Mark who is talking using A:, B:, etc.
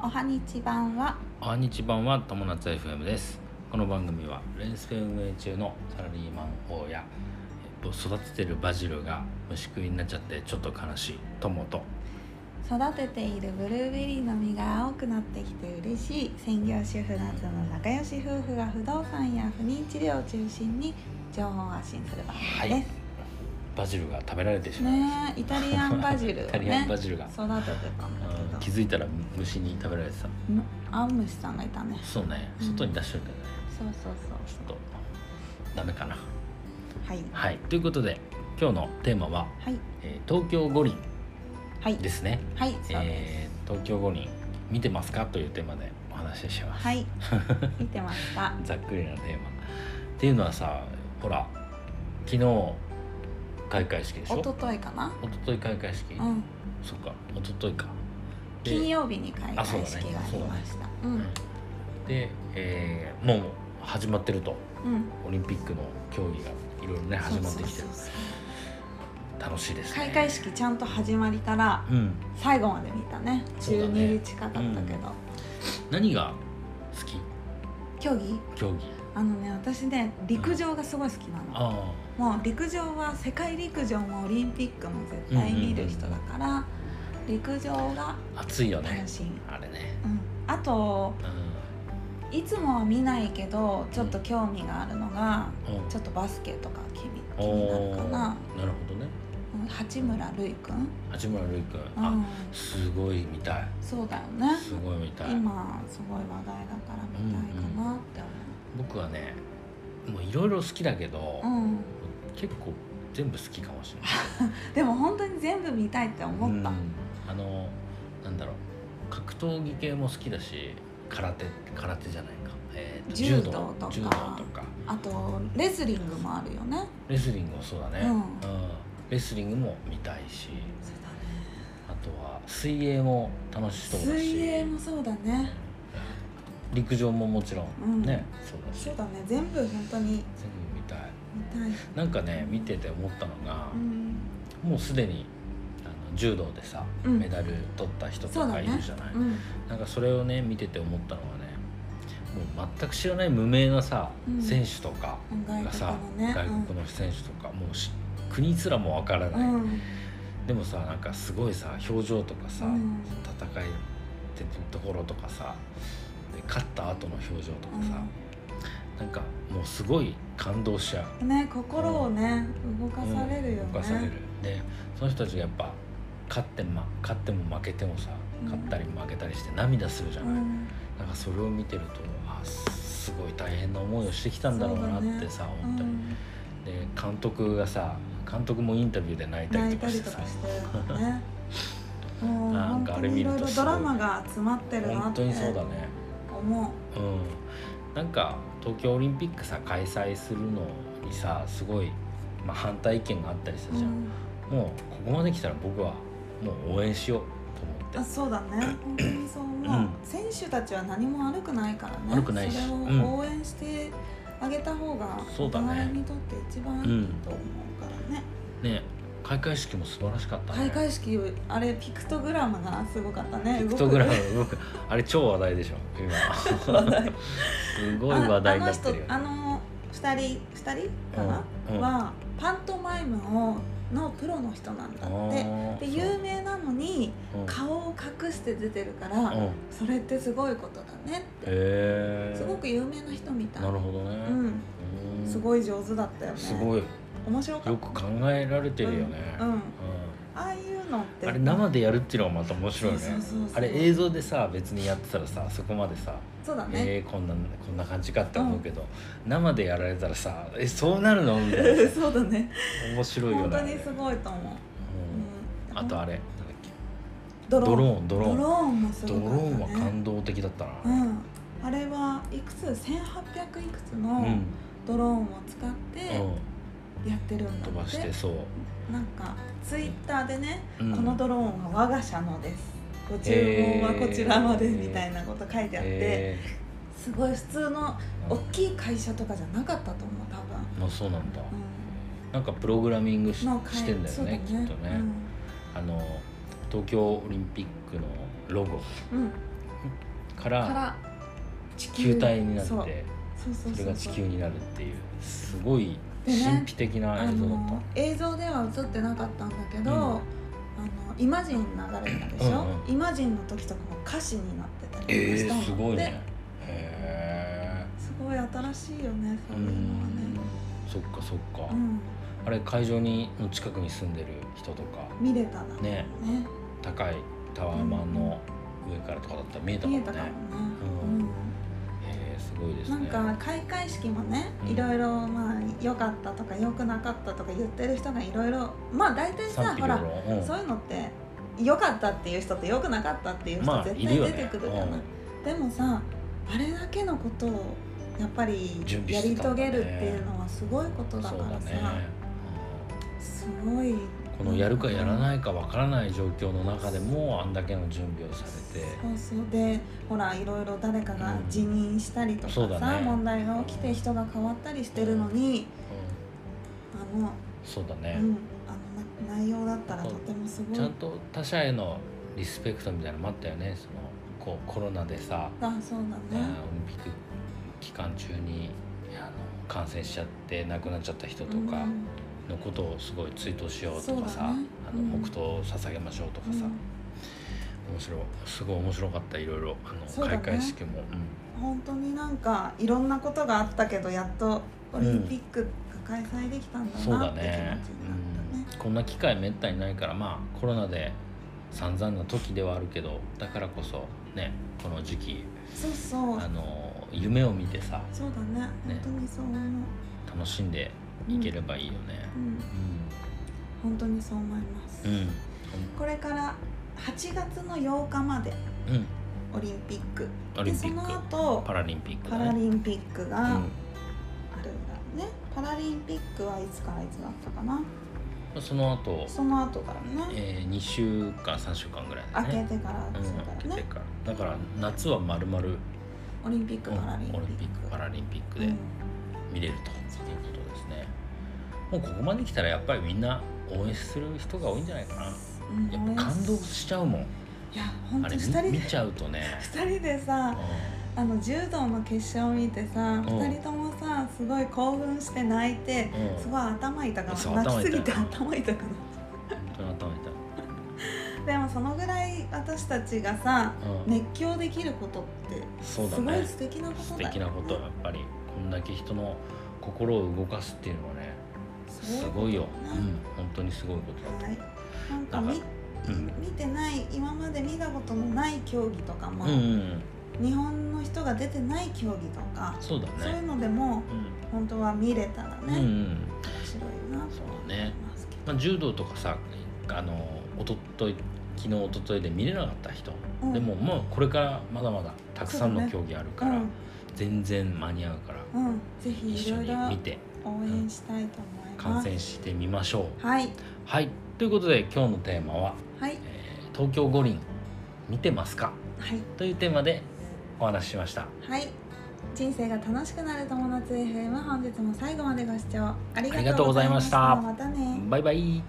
A: おはにちばんは
B: おはにちばんは友達 FM ですこの番組はレンスペ運営中のサラリーマン王やえっと育ててるバジルが虫食いになっちゃってちょっと悲しい友と
A: 育てているブルーベリーの実が青くなってきて嬉しい専業主婦などの仲良し夫婦が不動産や不妊治療を中心に情報発信する番
B: は
A: 組で
B: いバジルが食べられてし
A: す、
B: まいまし
A: ねえイタリアンバジル
B: た、
A: を
B: イタリアン
A: ね
B: バジルが、
A: 育ててたんだ
B: うん
A: け
B: 気づいたら虫に食べられてた
A: どんアンムシさんがいたね
B: そうね
A: うん
B: 外に出しといたね、
A: そうそうそ
B: ちょっとダメかな
A: うはい
B: はいということで今日のテーマは、
A: はい
B: えー東京五輪
A: はい
B: ですね
A: はいそうです、
B: えー東京五輪見てますかというテーマでお話しします、
A: はい見てました
B: ざっくりなテーマっていうのはさほら昨日開会式でしょ
A: 一昨日かな
B: 一昨日開会式、
A: うん
B: そっか一昨日かで
A: 金曜日に開
B: あ
A: 会
B: そうだね
A: 式がありましたう,、
B: うんで、えーもう始まってると
A: んうん
B: オリンピックの競技がいろいろね始まってきて
A: そ
B: る
A: うそうそう
B: 楽しいですね
A: 開会式ちゃんと始まりから
B: うん
A: 最後まで見たね
B: そうだね
A: 12時近かったけど、
B: うん何が好き
A: 競技
B: 競技
A: あのね私ね陸上がすごい好きなの、
B: あ
A: もう陸上は世界陸上もオリンピックも絶対見る人だから、陸上が
B: あ暑いよね
A: 楽しみ、
B: あれね
A: うん、あと
B: う
A: いつもは見ないけどちょっと興味があるのが
B: んうん
A: ちょっとバスケとか気に気になるかな
B: おーなるほどね
A: うん八村塁君、
B: 八村塁君
A: う
B: あ
A: ん、
B: すごい見たい
A: そうだよね
B: すごい見たい
A: 今すごい話題だから見たいかなって
B: 僕はねもういろいろ好きだけど、
A: 思う、うん
B: 結構全部好きかもしれない
A: でも本当に全部見たいって思った、
B: うんあのなんだろう格闘技系も好きだし空手空手じゃないか、えーと
A: 柔道とか
B: 柔道とか
A: あとレスリングもあるよね
B: レスリングもそうだね、
A: うん
B: レスリングも見たいしあとは水泳も楽しそうだし
A: 水泳もそうだね
B: 陸上ももちろ
A: うん
B: んね、そうだし
A: そうだね全部本当に
B: 全部見たい
A: 見たい、
B: なんかね見てて思ったのが
A: う、ん、
B: もうすでにあの柔道でさ、
A: うん
B: メダル取った人と
A: そうだ
B: か
A: ね
B: いるじゃない、
A: うん
B: なんかそれをね見てて思ったのはねもう全く知らない無名なさ、
A: うん
B: 選手とか
A: 外
B: が
A: 国
B: さ
A: のね
B: 外国の選手とか、もうし国すらもわから
A: う
B: ない、
A: ん、うん
B: でもさなんかすごいさ表情とかさ、
A: うん
B: 戦いってるところとかさで勝った後の表情とかさ、なんかもうすごい感動しちゃう。
A: うんね心をね動かされるよね、
B: うん動かされるでその人たちがやっぱ勝って,、ま、勝っても負けてもさ
A: うん
B: 勝ったり負けたりして涙するじゃ
A: う
B: ない、
A: ん
B: なんかそれを見てるとあすごい大変な思いをしてきたんだろうなってさ、
A: う
B: 本当に、
A: ん
B: で監督がさ監督もインタビューで泣いた
A: 泣
B: り
A: い
B: と
A: た
B: か
A: り
B: して
A: と
B: さ
A: かしてるよねもう
B: な
A: 本
B: ん
A: 当
B: かあれ
A: にい
B: 見る
A: ろ
B: と
A: い
B: す
A: ろ
B: ごい
A: ドラマが詰まってるな
B: 本
A: って
B: 当にそうだね
A: 思
B: うんなんか東京オリンピックさ開催するのにさすごい、まあ、反対意見があったりす
A: う、
B: るじゃん、
A: うん
B: もうここまで来たら僕はもう応援しようと
A: あ
B: 思って
A: そうだね本当にそう思う、
B: うん
A: 選手たちは何も悪くないからね
B: 悪くないし
A: それ
B: うん
A: を応援してあげた方が
B: そうだね
A: お互いにとって一番いいと思うからね、
B: ね開会式も素晴らしかったね
A: 開会式あれピクトグラムがすごかったね
B: ピクトグラム
A: 動
B: 動くあれ超話題でしょ
A: く
B: 今
A: 話題
B: すごい話題になってるよ
A: ああの人あの二人二人かな、
B: うんうん
A: はパントマイムをのプロの人なんだって
B: あー
A: で
B: そう
A: 有名なのに
B: うん
A: 顔を隠して出てるから、
B: うんへ
A: それってすごいことだねって
B: え
A: すごく有名な人みたい
B: なるほどね
A: うん、
B: うん
A: すごい上手だったよね
B: すごい
A: 面白か
B: よ
A: った
B: く考えられてるよね
A: うんうん
B: うん
A: ああいうのって
B: あれ生でやるっていうのがまた面白いね
A: そうそうそうそう
B: あれ映像でさ別にやってたらさそこまでさ
A: そうだね、
B: えーこんなこんな感じかって思うけど生でやられたらさえそうなるのみたい な
A: そうだね
B: 面白いよね
A: 本当
B: あれ
A: にすごいと思う、う
B: うん
A: ん、
B: あとあ
A: れ
B: れなんだっけ
A: ドロー
B: ド
A: ン
B: ローンド
A: ド
B: ロ
A: ローン
B: ーンドロ
A: もすごかった、ね、
B: ーンは感動的だった
A: う
B: なん
A: あれはいくつ1800いくつ
B: う
A: のドローンを使ってやってるんだ
B: 飛ば
A: っ,、
B: しててそう
A: なんかツイッターでね、
B: うん
A: このドローンは我が社のですご注文はこちらまでみたいなこと書いてあって、
B: え
A: すごい普通の
B: ー
A: 大きい会社とかじゃなかったと思う多分、
B: まあそうなんだ
A: う
B: なんかプログラミングし
A: ん、の会
B: してんだよねきっとねあの東京オリンピックのロゴ
A: うん、うん
B: か
A: からら地
B: 球体になっ
A: そう
B: て
A: そうそうそう
B: それが地球
A: そう
B: になるっていうすごい
A: でね
B: 神秘的な
A: あ
B: 映像だっ
A: の映像では映ってなかったんだけど、
B: うん
A: あのイマジン流れたでしょ、
B: うんう
A: イマジンの時とかも歌詞になってたり
B: た
A: とか
B: え
A: したの
B: ー、すご
A: で
B: いねへ
A: すごい新しいよね
B: え
A: そうういうのは
B: ん
A: ね
B: そっかそっか、
A: うん
B: あれ会場にの近くに住んでる人とか
A: 見れたな
B: ね
A: ね
B: 高いタワーマンの上からとかだったら見えたも
A: 見え
B: んね
A: たかもね、
B: うん
A: うん
B: えー、すごいです
A: な
B: ね
A: んか開会式もね、
B: うん
A: いろいろまあ良かったとか良くなかったとか言ってる人がいろいろまあ大体さ
B: 賛否
A: ほ
B: 両
A: ら
B: 論うん
A: そういうのって良かったっていう人と良くなかったっていう人
B: まあ
A: 絶
B: いる
A: 対
B: よ
A: 出
B: ね
A: てくるじゃない、でもさあれだけのことをやっぱり
B: 準備
A: や
B: して
A: り
B: た
A: 遂
B: んだね
A: げるっていうのはすごいこ
B: う
A: と
B: ん
A: だ
B: そ
A: か
B: う
A: ら
B: だ
A: さ、
B: ね、
A: すごい
B: うんこのやるかやらないかわからない状況の中でもあんだけの準備をされて
A: そうそうでほらいろいろ誰かが
B: うん
A: 辞任したりとか
B: そうだ
A: さ、
B: ね
A: 問題が起きて人が変わったりしてるのに
B: うん
A: あの
B: そうだ
A: うん、
B: ね、
A: あのな内容だったらとてもすごい
B: ちゃんと他者へのリスペクトみたいなのもあったよねそのこうコロナでさ、
A: あそう
B: え
A: だね
B: ーオリンピック期間中にあの感染しちゃって亡くなっちゃった人とか
A: うん
B: のことをすごい追悼しようとか
A: そう
B: さ、
A: だね
B: あ
A: う
B: の
A: ん
B: 黙祷を捧げましょうとかさ、
A: うん
B: 面白いすごい面白かったいろいろあの、
A: そうだね
B: 開会式も、うん
A: 本当になんかいろんなことがあったけどやっとオリンピックが開催できたんだ
B: そう
A: な
B: だ
A: って気持ちになった
B: ね
A: ね。
B: うん、こんな機会めったにないからまあコロナで散々な時ではあるけどだからこそねこの時期
A: そうそう
B: あの夢を見てさ
A: そうだね
B: ね
A: 本当にそう思う、
B: 楽しんでいければいいよね
A: うん、本当にそう思います、
B: うんうん
A: これから8月の8日まで
B: うん、うん
A: オリンピック
B: オリンピ
A: でその
B: ック
A: 後
B: パラリンピック
A: パ
B: だ
A: ラ
B: ね
A: リンピックがある
B: うん
A: んだね、パラリンピックはいつからいつだったかな
B: その後、
A: その後だよね
B: えー、2週間3週間ぐらいだ
A: 開けて
B: ね
A: から
B: う
A: そ
B: ん
A: うだよ
B: 開け
A: ね
B: てからだから夏はまるまる
A: オリンピック・パラリンピ
B: オ
A: ッ
B: リンピック・
A: ク
B: パラリンピック
A: う
B: で
A: ん
B: 見れるということですね。もうここまで来たらやっぱりみんな応援する人が多いんじゃないかな。
A: うん
B: やっぱ感動しちゃうもん。
A: いや本
B: あ
A: 当
B: れ
A: 二人
B: 見
A: で
B: 見ちゃうとね。
A: 二人でさあの柔道の決勝を見てさ
B: ん
A: 二人ともさすごい興奮して泣いて
B: うん。うん
A: すごい頭痛くなっ
B: そう
A: 泣きすぎて
B: 頭痛い
A: 頭痛くなっ
B: 本当に頭痛い。
A: たでもそのぐらい私たちがさ
B: うん。
A: 熱狂できることって
B: そうだ
A: すごい
B: ね。
A: 素敵なこと
B: 素
A: だよね
B: 敵なことやっぱりこんだけ人の心を動かすっていうのはね、す
A: す
B: ごいよ。
A: ね
B: うん。本当にすごいこと
A: は
B: だと
A: いなんかみ
B: 思う。うん。
A: 見てない今まで見たことのない競技とかも、
B: うんうん。
A: 日本の人が出てない競技とか、
B: そうだ
A: そうい
B: ね。
A: うのでも
B: うん。
A: 本当は見れたらね、
B: うんう
A: 面
B: ん。
A: 白いなと
B: そう
A: 思
B: だね
A: い。ますけど、
B: まあ、柔道とかさあのおととい昨日おとといで見れなかった人、
A: うん
B: でももうこれからまだまだたくさんの競技あるから、全然間に合うから
A: うん、うん、ぜひい
B: 一緒
A: ろい
B: に
A: ろ
B: 見て
A: 応援したいと思い
B: 観
A: ます。
B: 戦してみましょう。
A: はい、
B: はいということで今日のテーマは
A: はい
B: 「え、ー東京五輪見てますか?
A: はい、」
B: というテーマでお話ししました。
A: はい。人生が楽しくなる友達 FM 本日も最後までご視聴あり
B: あり
A: が
B: が
A: と
B: と
A: うご
B: うご
A: ざ
B: ざ
A: い
B: い
A: ま
B: ま
A: し。
B: したた
A: またね。
B: バイバイ